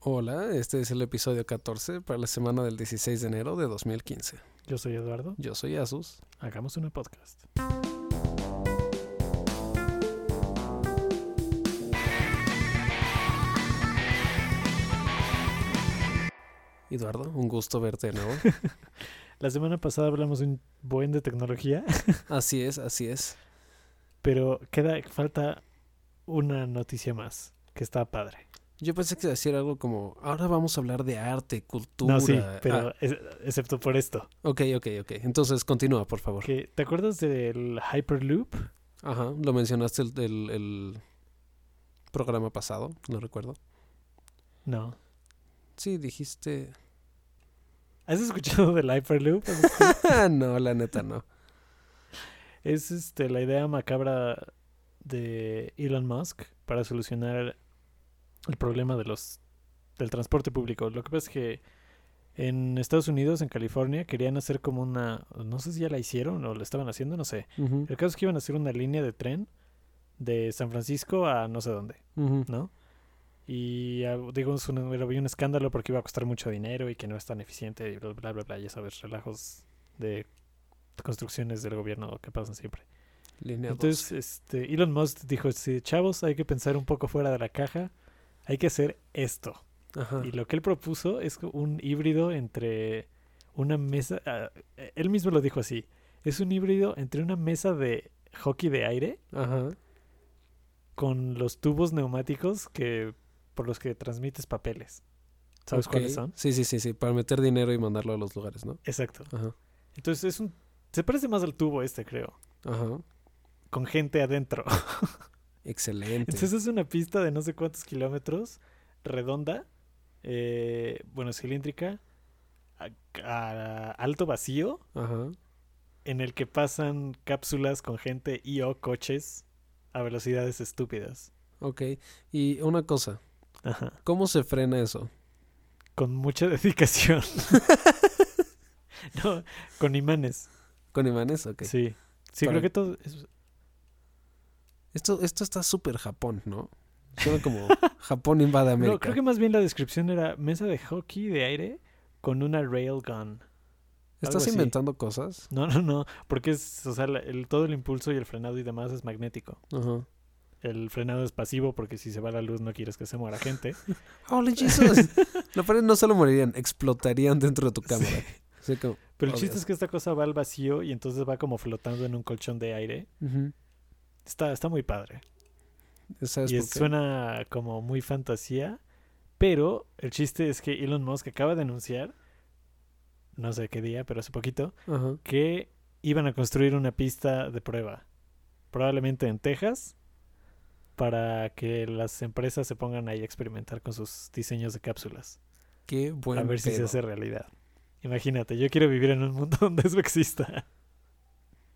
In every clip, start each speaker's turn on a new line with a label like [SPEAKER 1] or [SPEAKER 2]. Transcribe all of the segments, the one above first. [SPEAKER 1] Hola, este es el episodio 14 para la semana del 16 de enero de 2015.
[SPEAKER 2] Yo soy Eduardo.
[SPEAKER 1] Yo soy Asus.
[SPEAKER 2] Hagamos una podcast.
[SPEAKER 1] Eduardo, un gusto verte de nuevo.
[SPEAKER 2] La semana pasada hablamos un buen de tecnología,
[SPEAKER 1] así es, así es.
[SPEAKER 2] pero queda falta una noticia más que está padre.
[SPEAKER 1] Yo pensé que iba a decir algo como, ahora vamos a hablar de arte, cultura.
[SPEAKER 2] No, sí, pero
[SPEAKER 1] Ah,
[SPEAKER 2] es- excepto por esto.
[SPEAKER 1] ok, ok, ok. Entonces continúa, por favor.
[SPEAKER 2] Que, ¿Te acuerdas del Hyperloop?
[SPEAKER 1] Ajá, lo mencionaste el, el- el programa pasado, no recuerdo.
[SPEAKER 2] No.
[SPEAKER 1] Sí, dijiste...
[SPEAKER 2] ¿Has escuchado del Hyperloop?
[SPEAKER 1] no, la neta no.
[SPEAKER 2] Es este, la idea macabra de Elon Musk para solucionar el problema de los, del transporte público. Lo que pasa es que en Estados Unidos, en California, querían hacer como una... No sé si ya la hicieron o la estaban haciendo, no sé.
[SPEAKER 1] Ujú,
[SPEAKER 2] El caso es que iban a hacer una línea de tren de San Francisco a no sé dónde,
[SPEAKER 1] ujú.
[SPEAKER 2] ¿no? Y ah, digo, es un- había un escándalo porque iba a costar mucho dinero y que no es tan eficiente y bla, bla, bla, bla. Ya sabes, relajos de construcciones del gobierno que pasan siempre.
[SPEAKER 1] Línea
[SPEAKER 2] Entonces, este, Elon Musk dijo, sí, chavos, hay que pensar un poco fuera de la caja, hay que hacer esto.
[SPEAKER 1] 12. Ajá.
[SPEAKER 2] Y lo que él propuso es un híbrido entre una mesa, ah, él mismo lo dijo así, es un híbrido entre una mesa de hockey de aire
[SPEAKER 1] Ajá.
[SPEAKER 2] con los tubos neumáticos que por los que transmites papeles. ¿Sabes
[SPEAKER 1] Ok.
[SPEAKER 2] cuáles son?
[SPEAKER 1] Sí, sí, sí, sí, para meter dinero y mandarlo a los lugares, ¿no?
[SPEAKER 2] Exacto.
[SPEAKER 1] Ajá.
[SPEAKER 2] Entonces, es un, se parece más al tubo este, creo,
[SPEAKER 1] Ajá.
[SPEAKER 2] con gente adentro.
[SPEAKER 1] Excelente.
[SPEAKER 2] Entonces es una pista de no sé cuántos kilómetros, redonda, eh, bueno, cilíndrica, a, a alto vacío,
[SPEAKER 1] Ajá.
[SPEAKER 2] en el que pasan cápsulas con gente y o coches a velocidades estúpidas.
[SPEAKER 1] Ok. Y una cosa,
[SPEAKER 2] Ajá.
[SPEAKER 1] ¿cómo se frena eso?
[SPEAKER 2] Con mucha dedicación. no, con imanes.
[SPEAKER 1] ¿Con imanes? Ok.
[SPEAKER 2] Sí. Sí,
[SPEAKER 1] Para-
[SPEAKER 2] creo que todo... es-
[SPEAKER 1] Esto, esto está súper Japón, ¿no? Suena como Japón invade América.
[SPEAKER 2] No, creo que más bien la descripción era mesa de hockey de aire con una railgun.
[SPEAKER 1] ¿Estás
[SPEAKER 2] así.
[SPEAKER 1] inventando cosas?
[SPEAKER 2] No, no, no, porque es, o sea, la- el, todo el impulso y el frenado y demás es magnético.
[SPEAKER 1] Ajá.
[SPEAKER 2] El frenado es pasivo porque si se va la luz no quieres que se muera gente. Oh,
[SPEAKER 1] ¡Holy Jesus! Lo peor es no solo morirían, explotarían dentro de tu cámara. Así como,
[SPEAKER 2] Pero el
[SPEAKER 1] Obvio.
[SPEAKER 2] chiste es que esta cosa va al vacío y entonces va como flotando en un colchón de aire.
[SPEAKER 1] ujú,
[SPEAKER 2] Está, está muy padre.
[SPEAKER 1] ¿sabes
[SPEAKER 2] Y
[SPEAKER 1] por
[SPEAKER 2] es-
[SPEAKER 1] qué?
[SPEAKER 2] suena como muy fantasía, pero el chiste es que Elon Musk acaba de anunciar, no sé qué día, pero hace poquito,
[SPEAKER 1] Ajá.
[SPEAKER 2] que iban a construir una pista de prueba, probablemente en Texas, para que las empresas se pongan ahí a experimentar con sus diseños de cápsulas,
[SPEAKER 1] Qué buen
[SPEAKER 2] a ver si se
[SPEAKER 1] pedo.
[SPEAKER 2] hace realidad. Imagínate, yo quiero vivir en un mundo donde eso exista.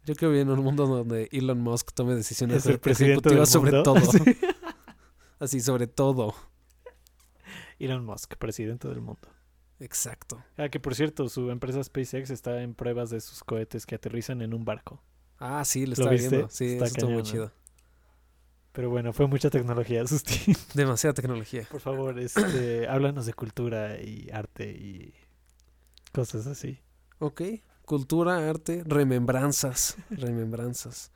[SPEAKER 1] Yo creo que en un mundo donde Elon Musk tome decisiones
[SPEAKER 2] Es el presidente del
[SPEAKER 1] ejecutivas sobre
[SPEAKER 2] mundo.
[SPEAKER 1] todo.
[SPEAKER 2] Sí.
[SPEAKER 1] Así, sobre todo.
[SPEAKER 2] Elon Musk, presidente del mundo.
[SPEAKER 1] Exacto.
[SPEAKER 2] Ah, que por cierto, su empresa SpaceX está en pruebas de sus cohetes que aterrizan en un barco.
[SPEAKER 1] Ah, sí, lo
[SPEAKER 2] ¿Lo
[SPEAKER 1] estaba
[SPEAKER 2] viste?
[SPEAKER 1] viendo. Sí,
[SPEAKER 2] Está
[SPEAKER 1] eso estuvo muy
[SPEAKER 2] cañón, ¿no?
[SPEAKER 1] chido.
[SPEAKER 2] Pero bueno, fue mucha tecnología, Sustín.
[SPEAKER 1] Demasiada tecnología.
[SPEAKER 2] Por favor, este, háblanos de cultura y arte y cosas así.
[SPEAKER 1] Ok. Cultura, arte, remembranzas. Remembranzas.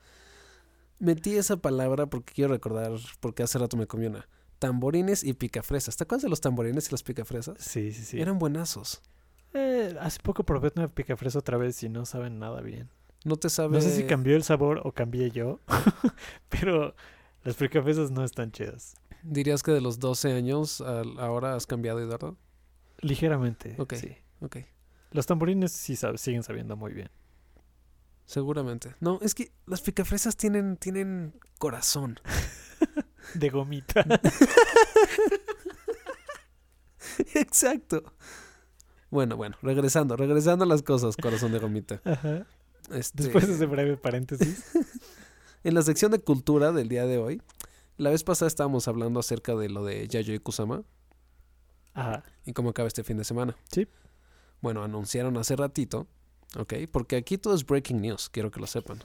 [SPEAKER 1] Metí esa palabra porque quiero recordar, porque hace rato me comí una. Tamborines y picafresas. ¿Te acuerdas de los tamborines y las picafresas?
[SPEAKER 2] Sí, sí, sí.
[SPEAKER 1] Eran buenazos.
[SPEAKER 2] Eh, hace poco probé una picafresa otra vez y no saben nada bien.
[SPEAKER 1] No te sabe.
[SPEAKER 2] No sé si cambió el sabor o cambié yo, pero las picafresas no están chidas.
[SPEAKER 1] Dirías que de los 12 años al- ahora has cambiado, Eduardo.
[SPEAKER 2] Ligeramente,
[SPEAKER 1] Ok.
[SPEAKER 2] sí.
[SPEAKER 1] Ok.
[SPEAKER 2] Los tamborines sí sab- siguen sabiendo muy bien.
[SPEAKER 1] Seguramente. No, es que las picafresas tienen, tienen corazón.
[SPEAKER 2] De gomita.
[SPEAKER 1] Exacto. Bueno, bueno, regresando, regresando a las cosas, corazón de gomita.
[SPEAKER 2] Ajá.
[SPEAKER 1] Este,
[SPEAKER 2] Después de ese breve paréntesis.
[SPEAKER 1] En la sección de cultura del día de hoy, la vez pasada estábamos hablando acerca de lo de Yayoi Kusama
[SPEAKER 2] Ajá.
[SPEAKER 1] y cómo acaba este fin de semana.
[SPEAKER 2] Sí.
[SPEAKER 1] Bueno, anunciaron hace ratito, ¿ok? Porque aquí todo es breaking news, quiero que lo sepan.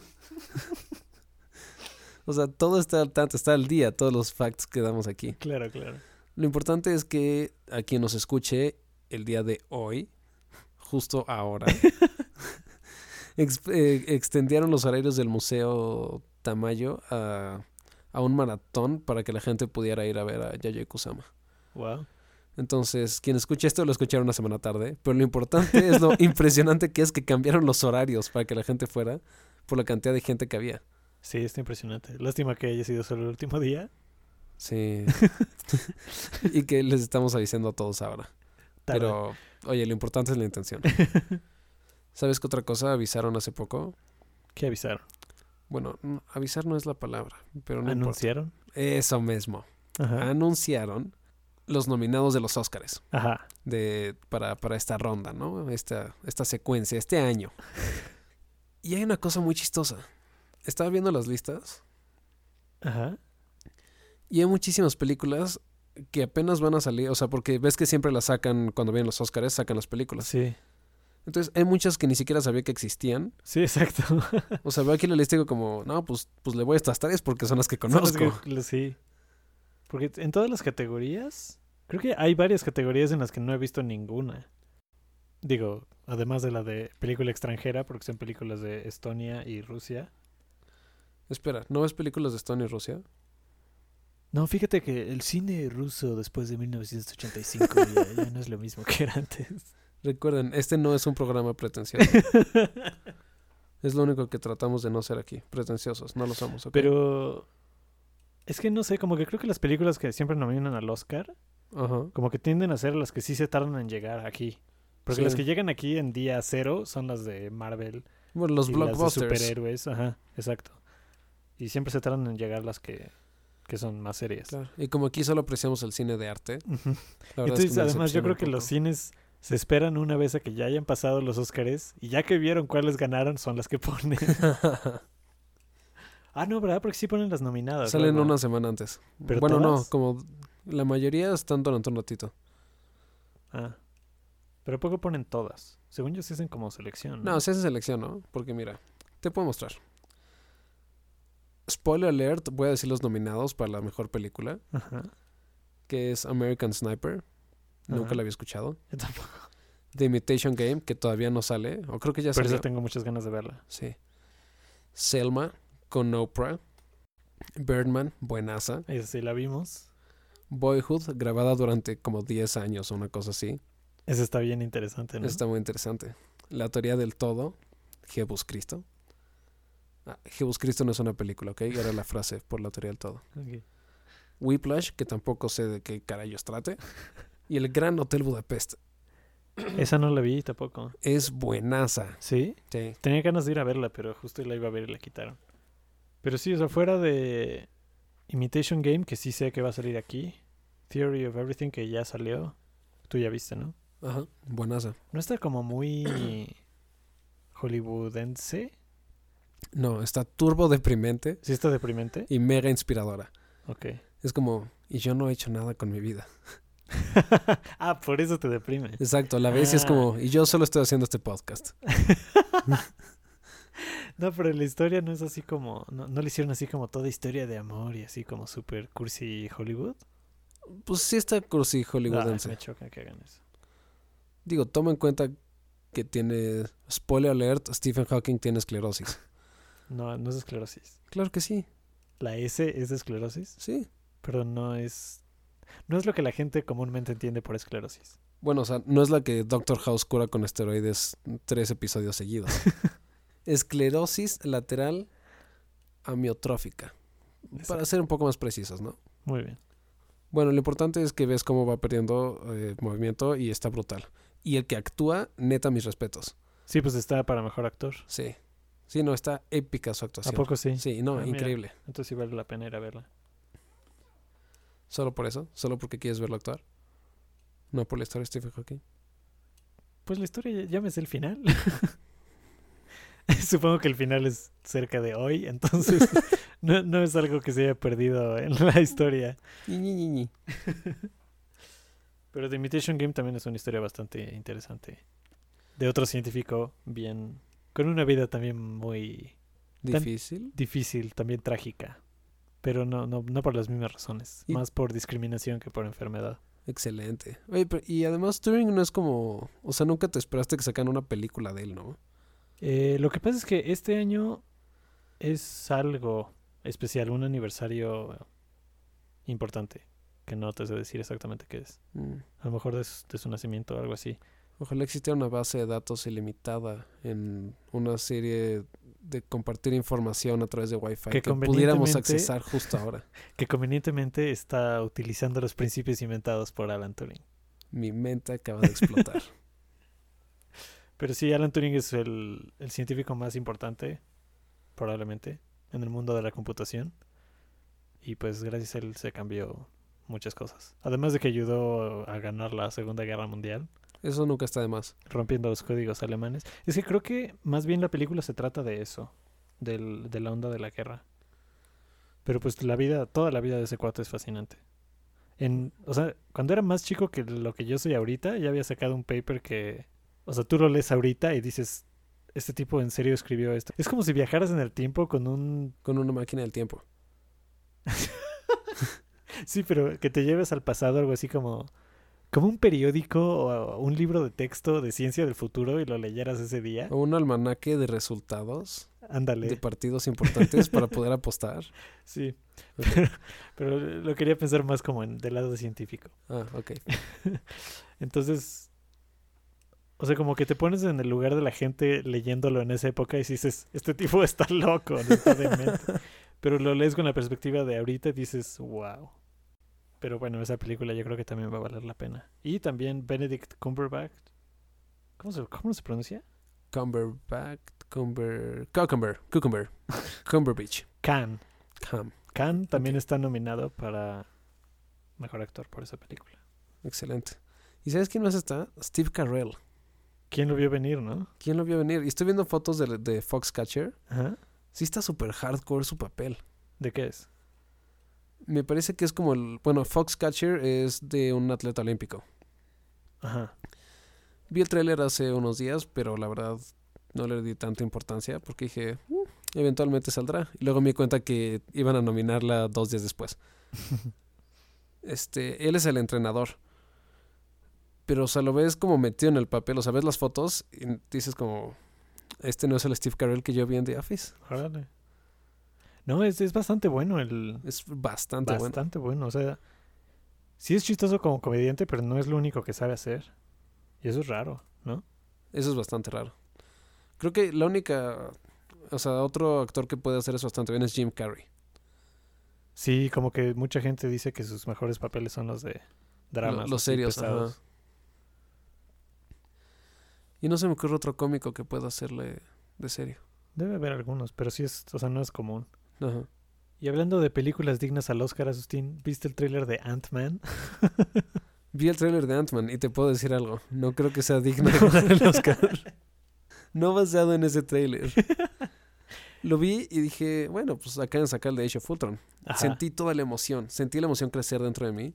[SPEAKER 1] o sea, todo está al tanto, está al día, todos los facts que damos aquí.
[SPEAKER 2] Claro, claro.
[SPEAKER 1] Lo importante es que a quien nos escuche el día de hoy, justo ahora, ex- eh, extendieron los horarios del Museo Tamayo a, a un maratón para que la gente pudiera ir a ver a Yayoi Kusama.
[SPEAKER 2] Wow.
[SPEAKER 1] Entonces, quien escuche esto lo escucharon una semana tarde, pero lo importante es lo impresionante que es que cambiaron los horarios para que la gente fuera por la cantidad de gente que había.
[SPEAKER 2] Sí, está impresionante. Lástima que haya sido solo el último día.
[SPEAKER 1] Sí. y que les estamos avisando a todos ahora.
[SPEAKER 2] Tarde.
[SPEAKER 1] Pero, oye, lo importante es la intención. ¿Sabes qué otra cosa avisaron hace poco?
[SPEAKER 2] ¿Qué avisaron?
[SPEAKER 1] Bueno, n- avisar no es la palabra, pero no importa.
[SPEAKER 2] ¿Anunciaron?
[SPEAKER 1] Eso mismo.
[SPEAKER 2] Ajá.
[SPEAKER 1] Anunciaron los nominados de los Óscares
[SPEAKER 2] Ajá.
[SPEAKER 1] de, para, para esta ronda, ¿no? Esta, esta secuencia, este año. Y hay una cosa muy chistosa. Estaba viendo las listas
[SPEAKER 2] Ajá.
[SPEAKER 1] Y hay muchísimas películas que apenas van a salir, o sea, porque ves que siempre las sacan cuando vienen los Oscars, sacan las películas.
[SPEAKER 2] Sí.
[SPEAKER 1] Entonces, hay muchas que ni siquiera sabía que existían.
[SPEAKER 2] Sí, exacto.
[SPEAKER 1] O sea, veo aquí la lista y digo como, no, pues, pues le voy a estas tres porque son las que
[SPEAKER 2] Son las
[SPEAKER 1] conozco.
[SPEAKER 2] que- las- sí. Porque en todas las categorías, creo que hay varias categorías en las que no he visto ninguna. Digo, además de la de película extranjera, porque son películas de Estonia y Rusia.
[SPEAKER 1] Espera, ¿no ves películas de Estonia y Rusia?
[SPEAKER 2] No, fíjate que el cine ruso después de 1985 ya, ya no es lo mismo que era antes.
[SPEAKER 1] Recuerden, este no es un programa pretencioso. es lo único que tratamos de no ser aquí, pretenciosos, no lo somos. ¿ok?
[SPEAKER 2] Pero es que no sé, como que creo que las películas que siempre nominan al Oscar,
[SPEAKER 1] Ajá.
[SPEAKER 2] como que tienden a ser las que sí se tardan en llegar aquí. Porque
[SPEAKER 1] Sí.
[SPEAKER 2] las que llegan aquí en día cero son las de Marvel,
[SPEAKER 1] Bueno, los
[SPEAKER 2] y las de
[SPEAKER 1] blockbusters.
[SPEAKER 2] superhéroes, ajá, exacto. Y siempre se tardan en llegar las que, que son más serias.
[SPEAKER 1] Claro. Y como aquí solo apreciamos el cine de arte,
[SPEAKER 2] Ujú.
[SPEAKER 1] la verdad es
[SPEAKER 2] Entonces,
[SPEAKER 1] que me
[SPEAKER 2] además, yo
[SPEAKER 1] decepciona
[SPEAKER 2] creo
[SPEAKER 1] un
[SPEAKER 2] que los
[SPEAKER 1] poco.
[SPEAKER 2] cines se esperan una vez a que ya hayan pasado los Óscares y ya que vieron cuáles ganaron son las que ponen. ah, no, ¿verdad? Porque sí ponen las nominadas.
[SPEAKER 1] Salen
[SPEAKER 2] luego.
[SPEAKER 1] una semana antes.
[SPEAKER 2] ¿Pero
[SPEAKER 1] bueno,
[SPEAKER 2] todas?
[SPEAKER 1] no, como la mayoría están durante un ratito.
[SPEAKER 2] Ah. Pero poco ponen todas. Según yo, se hacen como selección.
[SPEAKER 1] No, se hace selección, ¿no? Porque mira, te puedo mostrar. Spoiler alert, voy a decir los nominados para la mejor película,
[SPEAKER 2] Ajá.
[SPEAKER 1] que es American Sniper. Nunca
[SPEAKER 2] Ajá.
[SPEAKER 1] la había escuchado.
[SPEAKER 2] Yo tampoco.
[SPEAKER 1] The Imitation Game, que todavía no sale, o creo que ya
[SPEAKER 2] Pero
[SPEAKER 1] salió.
[SPEAKER 2] esa tengo muchas ganas de verla.
[SPEAKER 1] Sí. Selma con Oprah. Birdman, buenaza.
[SPEAKER 2] Esa sí la vimos.
[SPEAKER 1] Boyhood, grabada durante como 10 años o una cosa así.
[SPEAKER 2] Esa está bien interesante, ¿no?
[SPEAKER 1] Está muy interesante. La teoría del todo, Jesucristo. Ah, Jesucristo no es una película, ¿ok? Era la frase por la teoría del todo.
[SPEAKER 2] Ok.
[SPEAKER 1] Whiplash, que tampoco sé de qué carayos trate. Y el Gran Hotel Budapest.
[SPEAKER 2] Esa no la vi tampoco.
[SPEAKER 1] Es buenaza.
[SPEAKER 2] ¿Sí?
[SPEAKER 1] Sí.
[SPEAKER 2] Tenía ganas de ir a verla, pero justo la iba a ver y la quitaron. Pero sí, o sea, fuera de Imitation Game, que sí sé que va a salir aquí. Theory of Everything, que ya salió. Tú ya viste, ¿no?
[SPEAKER 1] Ajá. Buenaza.
[SPEAKER 2] No está como muy hollywoodense.
[SPEAKER 1] No, está turbo deprimente
[SPEAKER 2] Sí está deprimente.
[SPEAKER 1] y mega inspiradora.
[SPEAKER 2] Ok.
[SPEAKER 1] Es como, y yo no he hecho nada con mi vida.
[SPEAKER 2] ah, por eso te deprime.
[SPEAKER 1] Exacto, la vez es
[SPEAKER 2] Ah.
[SPEAKER 1] como, y yo solo estoy haciendo este podcast.
[SPEAKER 2] No, pero la historia no es así como... No, no le hicieron así como toda historia de amor y así como super cursi Hollywood.
[SPEAKER 1] Pues sí está cursi
[SPEAKER 2] Ah,
[SPEAKER 1] hollywoodense.
[SPEAKER 2] me choca que hagan eso.
[SPEAKER 1] Digo, toma en cuenta que tiene. Spoiler alert: Stephen Hawking tiene esclerosis.
[SPEAKER 2] No, no es esclerosis.
[SPEAKER 1] Claro que sí,
[SPEAKER 2] ¿La S es de esclerosis?
[SPEAKER 1] sí.
[SPEAKER 2] pero no es no es lo que la gente comúnmente entiende por esclerosis.
[SPEAKER 1] Bueno, o sea, no es la que Doctor House cura con esteroides tres episodios seguidos. Esclerosis lateral amiotrófica. Para
[SPEAKER 2] Exacto.
[SPEAKER 1] ser un poco más precisos, ¿no?
[SPEAKER 2] Muy bien.
[SPEAKER 1] Bueno, lo importante es que ves cómo va perdiendo eh, movimiento y está brutal. Y el que actúa, neta, mis respetos.
[SPEAKER 2] Sí, pues está para mejor actor.
[SPEAKER 1] Sí. Sí, no, está épica su
[SPEAKER 2] ¿A
[SPEAKER 1] actuación.
[SPEAKER 2] poco sí?
[SPEAKER 1] Sí, no,
[SPEAKER 2] Ah, mira.
[SPEAKER 1] increíble.
[SPEAKER 2] Entonces sí vale la pena ir a verla.
[SPEAKER 1] ¿Solo por eso? ¿Solo porque quieres verlo actuar? No por la historia de Stephen Hawking.
[SPEAKER 2] Pues la historia ya, ya me sé el final. Supongo que el final es cerca de hoy, entonces no, no es algo que se haya perdido en la historia.
[SPEAKER 1] Ñi, Ñi, Ñi, Ñi.
[SPEAKER 2] Pero The Imitation Game también es una historia bastante interesante. De otro científico bien... con una vida también muy
[SPEAKER 1] Difícil.
[SPEAKER 2] difícil, también trágica. Pero no, no, no por las mismas razones.
[SPEAKER 1] Y-
[SPEAKER 2] Más por discriminación que por enfermedad.
[SPEAKER 1] Excelente. Oye, pero- y además Turing no es como, o sea, nunca te esperaste que sacaran una película de él, ¿no?
[SPEAKER 2] Eh, lo que pasa es que este año es algo especial, un aniversario importante. Que no te sé decir exactamente qué es.
[SPEAKER 1] Mm.
[SPEAKER 2] A lo mejor de su, de su nacimiento o algo así.
[SPEAKER 1] Ojalá existiera una base de datos ilimitada en una serie de compartir información a través de Wi-Fi que,
[SPEAKER 2] Que
[SPEAKER 1] pudiéramos
[SPEAKER 2] convenientemente-
[SPEAKER 1] accesar justo ahora.
[SPEAKER 2] Que convenientemente está utilizando los principios inventados por Alan Turing.
[SPEAKER 1] Mi mente acaba de explotar.
[SPEAKER 2] Pero sí, Alan Turing es el, el científico más importante, probablemente, en el mundo de la computación. Y pues gracias a él se cambió muchas cosas. Además de que ayudó a ganar la Segunda Guerra Mundial,
[SPEAKER 1] Eso nunca está de más.
[SPEAKER 2] rompiendo los códigos alemanes. Es que creo que más bien la película se trata de eso, del- de la onda de la guerra. Pero pues la vida, toda la vida de ese cuate es fascinante. En, o sea, cuando era más chico que lo que yo soy ahorita, ya había sacado un paper que, o sea, tú lo lees ahorita y dices, este tipo en serio escribió esto. Es como si viajaras en el tiempo con un...
[SPEAKER 1] Con una máquina del tiempo.
[SPEAKER 2] Sí, pero que te lleves al pasado, algo así como... Como un periódico o un libro de texto de ciencia del futuro y lo leyeras ese día.
[SPEAKER 1] O un almanaque de resultados
[SPEAKER 2] Ándale.
[SPEAKER 1] de partidos importantes para poder apostar.
[SPEAKER 2] Sí,
[SPEAKER 1] Ok.
[SPEAKER 2] pero, pero lo quería pensar más como en del lado científico.
[SPEAKER 1] Ah, ok.
[SPEAKER 2] Entonces, o sea, como que te pones en el lugar de la gente leyéndolo en esa época y dices, este tipo está loco, no está demente". pero lo lees con la perspectiva de ahorita y dices, wow. Pero bueno, esa película yo creo que también va a valer la pena. Y también Benedict Cumberbatch. ¿Cómo se, cómo se pronuncia?
[SPEAKER 1] Cumberbatch, Cumber... Cucumber, Cucumber. Cumberbatch.
[SPEAKER 2] Can.
[SPEAKER 1] Cam.
[SPEAKER 2] Can también está nominado para Mejor Actor por esa película.
[SPEAKER 1] Excelente. ¿Y sabes quién más está? Steve Carell.
[SPEAKER 2] ¿Quién lo vio venir, no?
[SPEAKER 1] ¿Quién lo vio venir? Y estoy viendo fotos de, de Foxcatcher.
[SPEAKER 2] Ajá.
[SPEAKER 1] Sí está súper hardcore su papel.
[SPEAKER 2] ¿De qué es?
[SPEAKER 1] Me parece que es como el... Bueno, Foxcatcher es de un atleta olímpico.
[SPEAKER 2] Ajá.
[SPEAKER 1] Vi el tráiler hace unos días, pero la verdad no le di tanta importancia porque dije, "Mm, eventualmente saldrá. Y luego me di cuenta que iban a nominarla dos días después. este, él es el entrenador. Pero, o sea, lo ves como metido en el papel, o sea, ves las fotos y dices como, este no es el Steve Carell que yo vi en The Office.
[SPEAKER 2] Órale. No, es, es bastante bueno el.
[SPEAKER 1] Es bastante, bueno.
[SPEAKER 2] Bastante bueno. O sea, sí es chistoso como comediante, pero no es lo único que sabe hacer. Y eso es raro, ¿no?
[SPEAKER 1] Eso es bastante raro. Creo que la única, o sea, otro actor que puede hacer eso bastante bien es Jim Carrey.
[SPEAKER 2] Sí, como que mucha gente dice que sus mejores papeles son los de dramas.
[SPEAKER 1] Lo- los
[SPEAKER 2] así,
[SPEAKER 1] serios,
[SPEAKER 2] pesados.
[SPEAKER 1] ajá. Y no se me ocurre otro cómico que pueda hacerle de serio.
[SPEAKER 2] Debe haber algunos, pero sí es, o sea, no es común.
[SPEAKER 1] Ajá.
[SPEAKER 2] Y hablando de películas dignas al Oscar, Asustín, ¿viste el tráiler de Ant-Man?
[SPEAKER 1] Vi el tráiler de Ant-Man y te puedo decir algo. No creo que sea digno de ganar el Oscar. No basado en ese tráiler. Lo vi y dije, bueno, pues acaban de sacar el de Age of Ultron.
[SPEAKER 2] Ajá.
[SPEAKER 1] Sentí toda la emoción. Sentí la emoción crecer dentro de mí.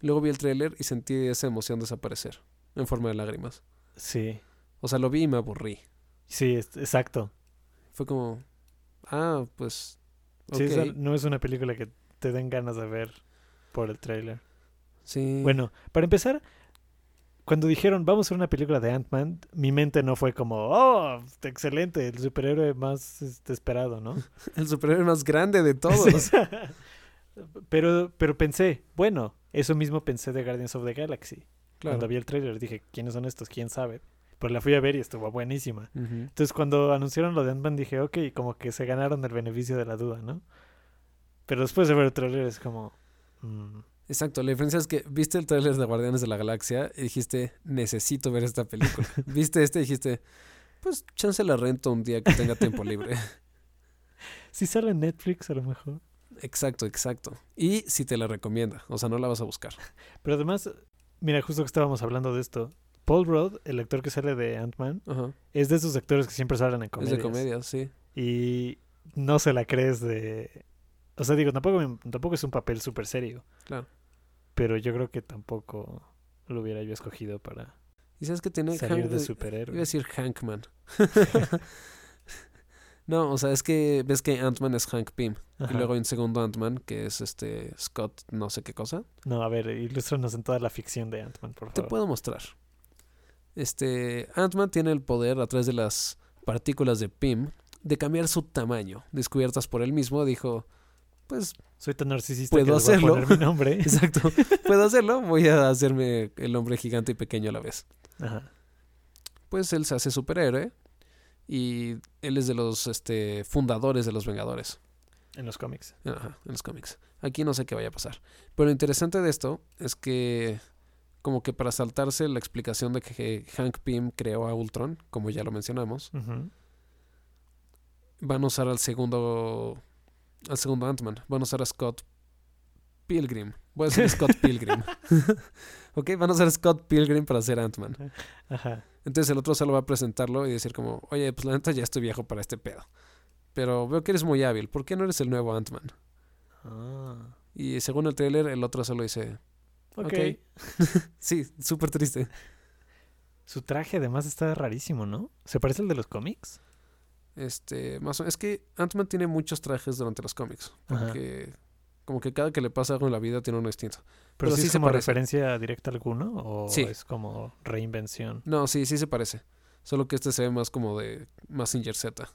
[SPEAKER 1] Luego vi el tráiler y sentí esa emoción desaparecer en forma de lágrimas.
[SPEAKER 2] Sí,
[SPEAKER 1] O sea, lo vi y me aburrí.
[SPEAKER 2] sí, es- exacto.
[SPEAKER 1] Fue como, ah, pues...
[SPEAKER 2] Sí, esa
[SPEAKER 1] ok.
[SPEAKER 2] no es una película que te den ganas de ver por el tráiler.
[SPEAKER 1] Sí.
[SPEAKER 2] Bueno, para empezar, cuando dijeron vamos a hacer una película de Ant-Man, mi mente no fue como, oh, excelente, el superhéroe más este, esperado, ¿no?
[SPEAKER 1] El superhéroe más grande de todos.
[SPEAKER 2] pero, pero pensé, bueno, eso mismo pensé de Guardians of the Galaxy. Cuando
[SPEAKER 1] claro.
[SPEAKER 2] vi el tráiler dije, ¿quiénes son estos? ¿Quién sabe? Pero la fui a ver y estuvo buenísima.
[SPEAKER 1] Ujú.
[SPEAKER 2] Entonces cuando anunciaron lo de Ant-Man dije, ok, como que se ganaron el beneficio de la duda, ¿no? Pero después de ver el tráiler es como... mm,
[SPEAKER 1] Exacto, la diferencia es que viste el tráiler de Guardianes de la Galaxia y dijiste, necesito ver esta película. viste este y dijiste, pues chance la rento un día que tenga tiempo libre.
[SPEAKER 2] Si sale en Netflix a lo mejor.
[SPEAKER 1] exacto, exacto. Y si te la recomienda, o sea, no la vas a buscar.
[SPEAKER 2] Pero además, mira, justo que estábamos hablando de esto. Paul Rudd, el actor que sale de Ant-Man,
[SPEAKER 1] Ajá.
[SPEAKER 2] es de esos actores que siempre salen en
[SPEAKER 1] Es
[SPEAKER 2] comedias.
[SPEAKER 1] de comedia, sí.
[SPEAKER 2] Y no se la crees de... O sea, digo, tampoco, me- tampoco es un papel súper serio.
[SPEAKER 1] Claro.
[SPEAKER 2] Pero yo creo que tampoco lo hubiera yo escogido para
[SPEAKER 1] ¿Y sabes que tiene
[SPEAKER 2] salir
[SPEAKER 1] Hank-
[SPEAKER 2] de
[SPEAKER 1] Iba a
[SPEAKER 2] superhéroe.
[SPEAKER 1] decir Hankman. No, o sea, es que ves que Ant-Man es Hank Pym.
[SPEAKER 2] Ajá.
[SPEAKER 1] Y luego hay un segundo Ant-Man que es este Scott no sé qué cosa.
[SPEAKER 2] No, a ver, ilústranos en toda la ficción de Ant-Man, por
[SPEAKER 1] Te
[SPEAKER 2] favor.
[SPEAKER 1] puedo mostrar. Este, Ant-Man tiene el poder a través de las partículas de Pym de cambiar su tamaño. Descubiertas por él mismo, dijo, pues,
[SPEAKER 2] Soy tan narcisista
[SPEAKER 1] Puedo
[SPEAKER 2] que les voy a
[SPEAKER 1] hacerlo.
[SPEAKER 2] poner mi nombre.
[SPEAKER 1] exacto, puedo hacerlo, voy a hacerme el hombre gigante y pequeño a la vez.
[SPEAKER 2] Ajá.
[SPEAKER 1] Pues él se hace superhéroe y él es de los este, fundadores de los Vengadores.
[SPEAKER 2] En los cómics.
[SPEAKER 1] Ajá, en los cómics. Aquí no sé qué vaya a pasar. Pero lo interesante de esto es que como que para saltarse la explicación de que Hank Pym creó a Ultron, como ya lo mencionamos,
[SPEAKER 2] Ujú.
[SPEAKER 1] van a usar al segundo al segundo Ant-Man, van a usar a Scott Pilgrim. Voy a decir Scott Pilgrim. ok, van a usar a Scott Pilgrim para ser Ant-Man.
[SPEAKER 2] Ajá.
[SPEAKER 1] Entonces el otro solo va a presentarlo y decir como, oye, pues la neta ya estoy viejo para este pedo. Pero veo que eres muy hábil, ¿por qué no eres el nuevo Ant-Man?
[SPEAKER 2] Ah.
[SPEAKER 1] Y según el tráiler, el otro solo dice,
[SPEAKER 2] Ok.
[SPEAKER 1] Ok. sí, súper triste.
[SPEAKER 2] Su traje además está rarísimo, ¿no? ¿Se parece al de los cómics?
[SPEAKER 1] Este, más o- es que Ant-Man tiene muchos trajes durante los cómics,
[SPEAKER 2] Ajá.
[SPEAKER 1] porque como que cada que le pasa algo en la vida tiene uno distinto.
[SPEAKER 2] Pero,
[SPEAKER 1] Pero
[SPEAKER 2] sí,
[SPEAKER 1] sí
[SPEAKER 2] es
[SPEAKER 1] se
[SPEAKER 2] como
[SPEAKER 1] parece.
[SPEAKER 2] referencia directa alguna o
[SPEAKER 1] Sí.
[SPEAKER 2] es como reinvención.
[SPEAKER 1] No, sí, sí se parece. Solo que este se ve más como de Massinger Z.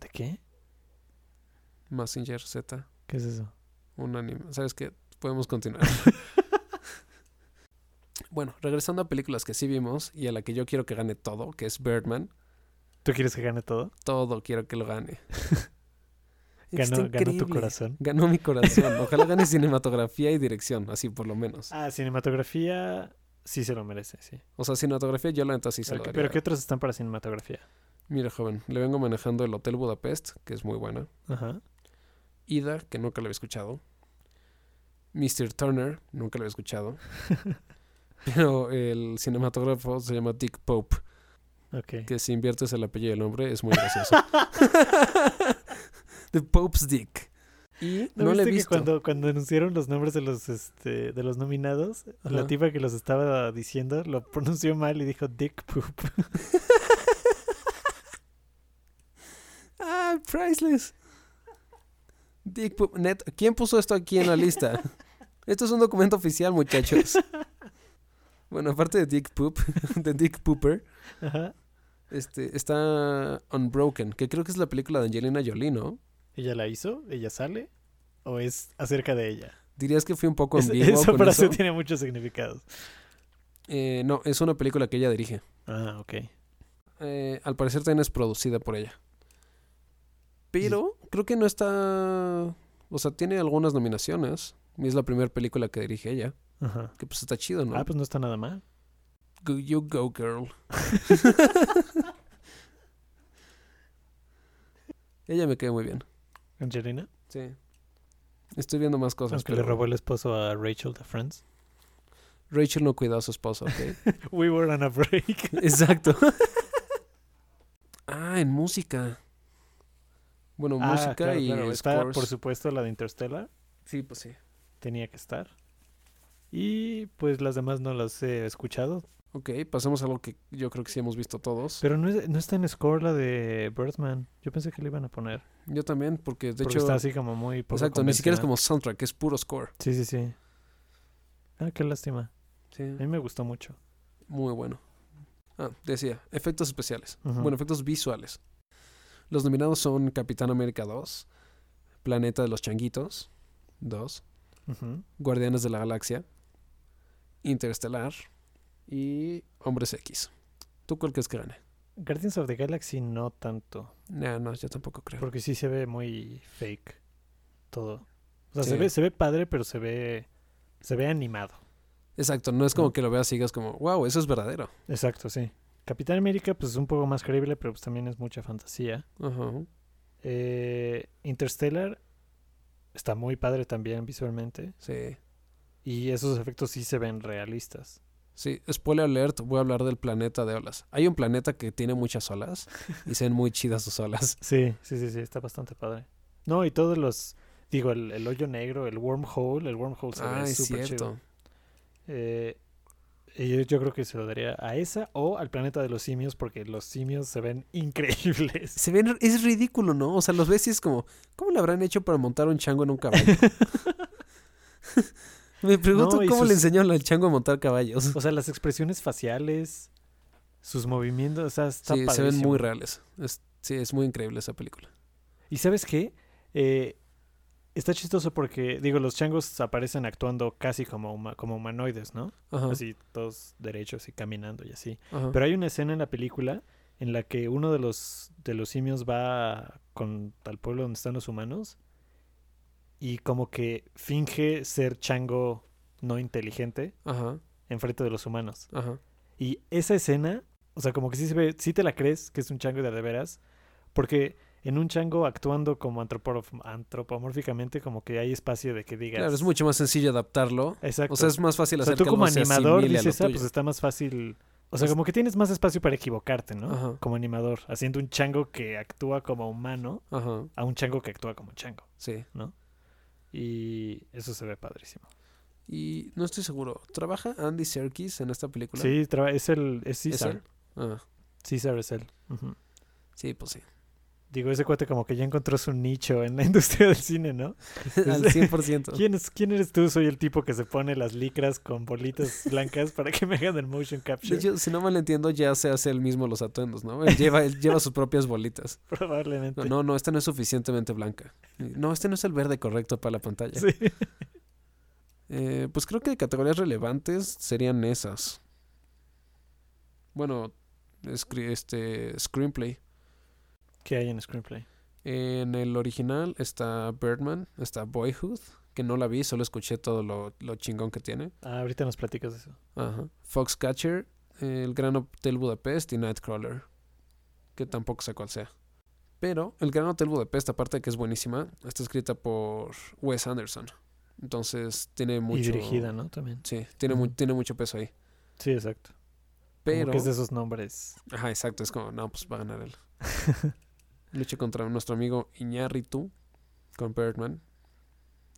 [SPEAKER 2] ¿De qué?
[SPEAKER 1] Massinger Z,
[SPEAKER 2] ¿Qué es eso?
[SPEAKER 1] un anime. ¿Sabes qué? Podemos continuar. bueno, regresando a películas que sí vimos y a la que yo quiero que gane todo, que es Birdman.
[SPEAKER 2] ¿Tú quieres que gane todo?
[SPEAKER 1] Todo quiero que lo gane. Está
[SPEAKER 2] Ganó, ganó tu
[SPEAKER 1] increíble.
[SPEAKER 2] corazón.
[SPEAKER 1] Ganó mi corazón. Ojalá gane cinematografía y dirección, así por lo menos.
[SPEAKER 2] Ah, cinematografía sí se lo merece, sí.
[SPEAKER 1] O sea, cinematografía yo la neta sí se
[SPEAKER 2] Pero,
[SPEAKER 1] lo
[SPEAKER 2] que-
[SPEAKER 1] daría.
[SPEAKER 2] pero ¿qué otros están para cinematografía?
[SPEAKER 1] Mira, joven, le vengo manejando el Hotel Budapest, que es muy buena.
[SPEAKER 2] Ajá.
[SPEAKER 1] Ida, que nunca la había escuchado. Mr. Turner, nunca lo había escuchado. Pero el cinematógrafo se llama Dick Pope,
[SPEAKER 2] Ok.
[SPEAKER 1] que si inviertes el apellido del hombre es muy gracioso. The Pope's Dick. Y no,
[SPEAKER 2] ¿No,
[SPEAKER 1] le he
[SPEAKER 2] viste
[SPEAKER 1] visto.
[SPEAKER 2] que cuando, cuando anunciaron los nombres de los este de los nominados, la
[SPEAKER 1] Ajá.
[SPEAKER 2] tipa que los estaba diciendo lo pronunció mal y dijo Dick Poop.
[SPEAKER 1] Ah, priceless. Dick Pope. Net, ¿Quién puso esto aquí en la lista? esto es un documento oficial, muchachos. Bueno, aparte de Dick Poop, de Dick Pooper,
[SPEAKER 2] Ajá.
[SPEAKER 1] Este, está Unbroken, que creo que es la película de Angelina Jolie, ¿no?
[SPEAKER 2] ¿Ella la hizo? ¿Ella sale? ¿O es acerca de ella?
[SPEAKER 1] ¿Dirías que fui un poco
[SPEAKER 2] Es-
[SPEAKER 1] ambiguo
[SPEAKER 2] esa
[SPEAKER 1] con
[SPEAKER 2] frase
[SPEAKER 1] eso?
[SPEAKER 2] tiene muchos significados.
[SPEAKER 1] Eh, no, es una película que ella dirige.
[SPEAKER 2] Ah, ok.
[SPEAKER 1] Eh, al parecer también es producida por ella. Pero creo que no está... O sea, tiene algunas nominaciones. Y es la primera película que dirige ella.
[SPEAKER 2] Ajá.
[SPEAKER 1] Que pues está chido, ¿no?
[SPEAKER 2] Ah, pues no está nada mal.
[SPEAKER 1] Go- you go, girl. ella me queda muy bien.
[SPEAKER 2] Angelina,
[SPEAKER 1] Sí. Estoy viendo más cosas.
[SPEAKER 2] aunque le
[SPEAKER 1] pero
[SPEAKER 2] robó el esposo a Rachel de Friends.
[SPEAKER 1] Rachel no cuidó a su esposa, ¿ok?
[SPEAKER 2] We were on a break.
[SPEAKER 1] Exacto. ah, en música. Bueno,
[SPEAKER 2] Ah,
[SPEAKER 1] música
[SPEAKER 2] claro,
[SPEAKER 1] y
[SPEAKER 2] claro. Está,
[SPEAKER 1] scores.
[SPEAKER 2] por supuesto, la de Interstellar.
[SPEAKER 1] Sí, pues sí.
[SPEAKER 2] Tenía que estar. Y pues las demás no las he escuchado.
[SPEAKER 1] Ok, pasemos a algo que yo creo que sí hemos visto todos.
[SPEAKER 2] Pero no, es- no está en score la de Birdman. Yo pensé que le iban a poner.
[SPEAKER 1] yo también, porque de
[SPEAKER 2] porque
[SPEAKER 1] hecho...
[SPEAKER 2] está así como muy poco
[SPEAKER 1] exacto, ni siquiera es
[SPEAKER 2] convencional.
[SPEAKER 1] como soundtrack, es puro score.
[SPEAKER 2] Sí, sí, sí. Ah, qué lástima.
[SPEAKER 1] Sí,
[SPEAKER 2] A mí me gustó mucho.
[SPEAKER 1] muy bueno. Ah, decía, efectos especiales.
[SPEAKER 2] Ujú.
[SPEAKER 1] Bueno, efectos visuales. Los nominados son Capitán América 2, Planeta de los Changuitos 2,
[SPEAKER 2] Ujú.
[SPEAKER 1] Guardianes de la Galaxia, Interestelar y Hombres X. ¿Tú cuál crees que gane?
[SPEAKER 2] Guardians of the Galaxy no tanto.
[SPEAKER 1] No, no, yo tampoco creo.
[SPEAKER 2] Porque sí se ve muy fake todo. O sea, se,
[SPEAKER 1] Sí.
[SPEAKER 2] ve, se ve padre, pero se ve, se ve animado.
[SPEAKER 1] Exacto, no es como
[SPEAKER 2] No.
[SPEAKER 1] que lo veas y digas como, wow, eso es verdadero.
[SPEAKER 2] Exacto, sí. Capitán América, pues es un poco más creíble, pero pues también es mucha fantasía.
[SPEAKER 1] Ajá.
[SPEAKER 2] Eh, Interstellar está muy padre también visualmente.
[SPEAKER 1] Sí.
[SPEAKER 2] Y esos efectos sí se ven realistas.
[SPEAKER 1] Sí, spoiler alert, voy a hablar del planeta de olas. Hay un planeta que tiene muchas olas y se ven muy chidas sus olas.
[SPEAKER 2] Sí, sí, sí, sí, está bastante padre. No, y todos los. Digo, el, el hoyo negro, el wormhole, el wormhole se
[SPEAKER 1] Ah,
[SPEAKER 2] ve
[SPEAKER 1] es
[SPEAKER 2] súper chido.
[SPEAKER 1] cierto.
[SPEAKER 2] Eh, Y Yo, yo creo que se lo daría a esa o al planeta de los simios porque los simios se ven increíbles.
[SPEAKER 1] Se ven, es ridículo, ¿no? O sea, los ves y es como, ¿cómo le habrán hecho para montar un chango en un caballo? Me pregunto
[SPEAKER 2] No, y
[SPEAKER 1] cómo le
[SPEAKER 2] sus-
[SPEAKER 1] enseñaron al chango a montar caballos.
[SPEAKER 2] O sea, las expresiones faciales, sus movimientos, o sea, está
[SPEAKER 1] Sí, se ven
[SPEAKER 2] padrísimo.
[SPEAKER 1] muy reales. Es- sí, es muy increíble esa película.
[SPEAKER 2] ¿Y sabes qué? Eh, está chistoso porque, digo, los changos aparecen actuando casi como, huma- como humanoides, ¿no?
[SPEAKER 1] Ajá,
[SPEAKER 2] Así, todos derechos y caminando y así.
[SPEAKER 1] ajá.
[SPEAKER 2] Pues Pero hay una escena en la película en la que uno de los, de los simios va con al pueblo donde están los humanos y como que finge ser chango no inteligente
[SPEAKER 1] Ajá,
[SPEAKER 2] enfrente de los humanos.
[SPEAKER 1] ajá.
[SPEAKER 2] Y esa escena, o sea, como que sí se ve, sí te la crees que es un chango de a de veras, porque en un chango actuando como antropomorf- antropomórficamente, como que hay espacio de que digas.
[SPEAKER 1] Claro, es mucho más sencillo adaptarlo.
[SPEAKER 2] Exacto.
[SPEAKER 1] O sea, es más fácil
[SPEAKER 2] O sea,
[SPEAKER 1] hacer
[SPEAKER 2] tú
[SPEAKER 1] que
[SPEAKER 2] como
[SPEAKER 1] algo se
[SPEAKER 2] animador
[SPEAKER 1] asimile a lo
[SPEAKER 2] dices, ah,
[SPEAKER 1] tuyo".
[SPEAKER 2] pues está más fácil. O sea,
[SPEAKER 1] Es-
[SPEAKER 2] como que tienes más espacio para equivocarte, ¿no?
[SPEAKER 1] Ajá.
[SPEAKER 2] Como animador, haciendo un chango que actúa como humano
[SPEAKER 1] Ajá,
[SPEAKER 2] a un chango que actúa como chango.
[SPEAKER 1] sí.
[SPEAKER 2] Y eso se ve padrísimo.
[SPEAKER 1] Y no estoy seguro. ¿Trabaja Andy Serkis en esta película?
[SPEAKER 2] Sí, traba- es el. Es
[SPEAKER 1] ¿Es
[SPEAKER 2] César.
[SPEAKER 1] él? Ah,
[SPEAKER 2] César es él. Ujú.
[SPEAKER 1] sí, pues sí.
[SPEAKER 2] Digo, ese cuate como que ya encontró su nicho en la industria del cine, ¿no?
[SPEAKER 1] Al 100%.
[SPEAKER 2] ¿Quién, es, ¿Quién eres tú? Soy el tipo que se pone las licras con bolitas blancas para que me hagan el motion
[SPEAKER 1] De
[SPEAKER 2] capture.
[SPEAKER 1] hecho, si no mal entiendo, ya se hace él mismo los atuendos, ¿no? Él lleva, él lleva sus propias bolitas.
[SPEAKER 2] Probablemente.
[SPEAKER 1] No, no, no, esta no es suficientemente blanca. No, este no es el verde correcto para la pantalla.
[SPEAKER 2] Sí.
[SPEAKER 1] Eh, pues creo que de categorías relevantes serían esas. Bueno, escri- este screenplay.
[SPEAKER 2] ¿Qué hay en Screenplay?
[SPEAKER 1] En el original está Birdman, está Boyhood, que no la vi, solo escuché todo lo, lo chingón que tiene.
[SPEAKER 2] Ah, ahorita nos platicas de eso.
[SPEAKER 1] Ajá. Foxcatcher, eh, El Gran Hotel Budapest y Nightcrawler, que tampoco sé cuál sea. Pero El Gran Hotel Budapest, aparte de que es buenísima, está escrita por Wes Anderson. Entonces tiene mucho...
[SPEAKER 2] Y dirigida, ¿no? También.
[SPEAKER 1] Sí, tiene, mu-
[SPEAKER 2] Ujú.
[SPEAKER 1] tiene mucho peso ahí.
[SPEAKER 2] Sí, exacto. Pero...
[SPEAKER 1] Pero...
[SPEAKER 2] es de esos nombres.
[SPEAKER 1] Ajá, exacto, es como, no, pues va a ganar él. Lucha contra nuestro amigo Iñarritu con Birdman,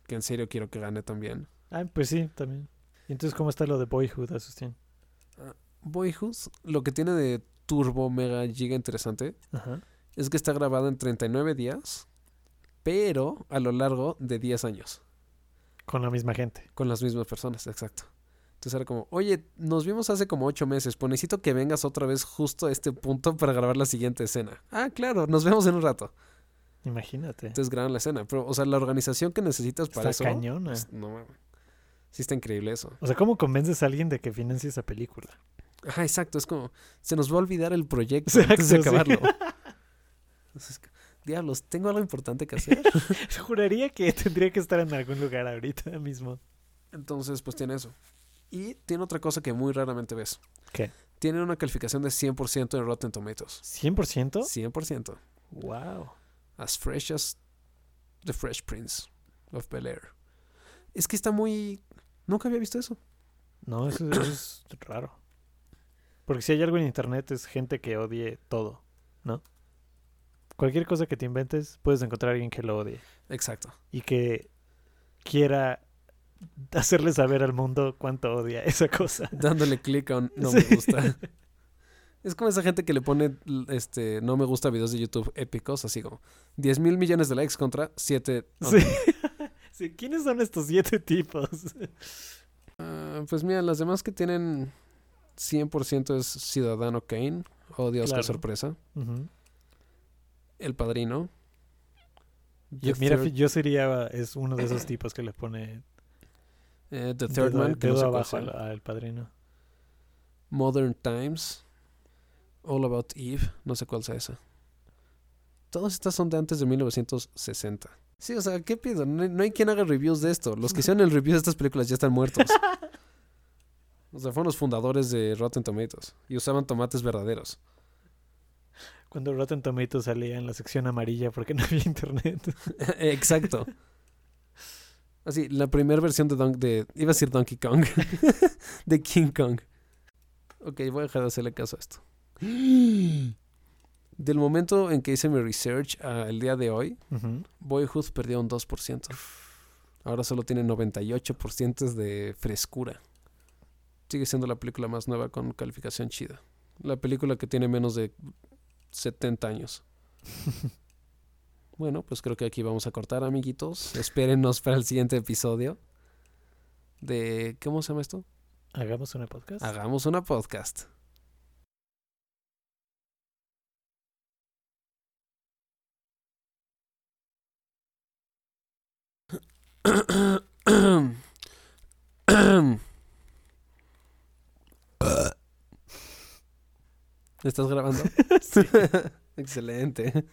[SPEAKER 1] que en serio quiero que gane también.
[SPEAKER 2] Ah, pues sí, también. ¿Y entonces cómo está lo de Boyhood, Asustín?
[SPEAKER 1] Boyhood, lo que tiene de turbo, mega, giga interesante
[SPEAKER 2] Ajá.
[SPEAKER 1] es que está grabado en 39 días, pero a lo largo de 10 años,
[SPEAKER 2] Con la misma gente.
[SPEAKER 1] con las mismas personas, exacto. Entonces era como, oye, nos vimos hace como 8 meses, pues necesito que vengas otra vez justo a este punto para grabar la siguiente escena. Ah, claro, nos vemos en un rato.
[SPEAKER 2] Imagínate.
[SPEAKER 1] Entonces graban la escena. Pero, o sea, la organización que necesitas para
[SPEAKER 2] Está
[SPEAKER 1] eso.
[SPEAKER 2] cañona.
[SPEAKER 1] pues, no mames. Sí está increíble eso.
[SPEAKER 2] O sea, ¿cómo convences a alguien de que financie esa película?
[SPEAKER 1] Ajá, exacto. Es como, se nos va a olvidar el proyecto antes de
[SPEAKER 2] Exacto, sí.
[SPEAKER 1] acabarlo. Entonces, es que, Diablos, tengo algo importante que hacer.
[SPEAKER 2] Juraría que tendría que estar en algún lugar ahorita mismo.
[SPEAKER 1] Entonces, pues tiene eso. Y tiene otra cosa que muy raramente ves.
[SPEAKER 2] ¿Qué?
[SPEAKER 1] Tiene una calificación de 100% en Rotten Tomatoes.
[SPEAKER 2] ¿100%?
[SPEAKER 1] 100%.
[SPEAKER 2] Wow.
[SPEAKER 1] As fresh as The Fresh Prince of Bel Air. Es que está muy... Nunca había visto eso.
[SPEAKER 2] No, eso, eso es raro. Porque si hay algo en internet es gente que odie todo, ¿no? Cualquier cosa que te inventes, puedes encontrar a alguien que lo odie
[SPEAKER 1] Exacto.
[SPEAKER 2] y que quiera hacerle saber al mundo cuánto odia esa cosa.
[SPEAKER 1] dándole clic a un no
[SPEAKER 2] Sí.
[SPEAKER 1] me gusta. Es como esa gente que le pone l- este no me gusta videos de YouTube épicos, así como 10 mil millones de likes contra 7.
[SPEAKER 2] Sí. Sí, ¿Quiénes son estos siete tipos?
[SPEAKER 1] pues mira, las demás que tienen 100% es Ciudadano Kane. Oh Dios,
[SPEAKER 2] Claro.
[SPEAKER 1] qué sorpresa.
[SPEAKER 2] Ujú.
[SPEAKER 1] El Padrino.
[SPEAKER 2] Yo-
[SPEAKER 1] The
[SPEAKER 2] mira,
[SPEAKER 1] Third-
[SPEAKER 2] fi- yo sería es uno de esos tipos que le pone
[SPEAKER 1] eh, The Third
[SPEAKER 2] dedo-
[SPEAKER 1] Man, que no
[SPEAKER 2] dedo
[SPEAKER 1] sé cuál
[SPEAKER 2] abajo
[SPEAKER 1] sea.
[SPEAKER 2] al, al padrino.
[SPEAKER 1] Modern Times. All About Eve. No sé cuál sea esa. Todas estas son de antes de 1960. Sí, o sea, ¿qué pido? No, hay- no hay quien haga reviews de esto. Los que hicieron el review de estas películas ya están muertos. O sea, fueron los fundadores de Rotten Tomatoes y usaban tomates verdaderos.
[SPEAKER 2] Cuando Rotten Tomatoes salía en la sección amarilla porque no había internet.
[SPEAKER 1] Exacto. Así, la primera versión de, Don- de... Iba a decir Donkey Kong. de King Kong. Ok, voy a dejar de hacerle caso a esto. Del momento en que hice mi research al día de hoy,
[SPEAKER 2] Ujú.
[SPEAKER 1] Boyhood perdió un 2%. Ahora solo tiene 98% de frescura. sigue siendo la película más nueva con calificación chida. La película que tiene menos de 70 años. bueno, pues creo que aquí vamos a cortar, amiguitos. Espérennos para el siguiente episodio de... ¿Cómo se llama esto?
[SPEAKER 2] Hagamos una podcast.
[SPEAKER 1] Hagamos una podcast. ¿Estás grabando?
[SPEAKER 2] Sí.
[SPEAKER 1] Excelente.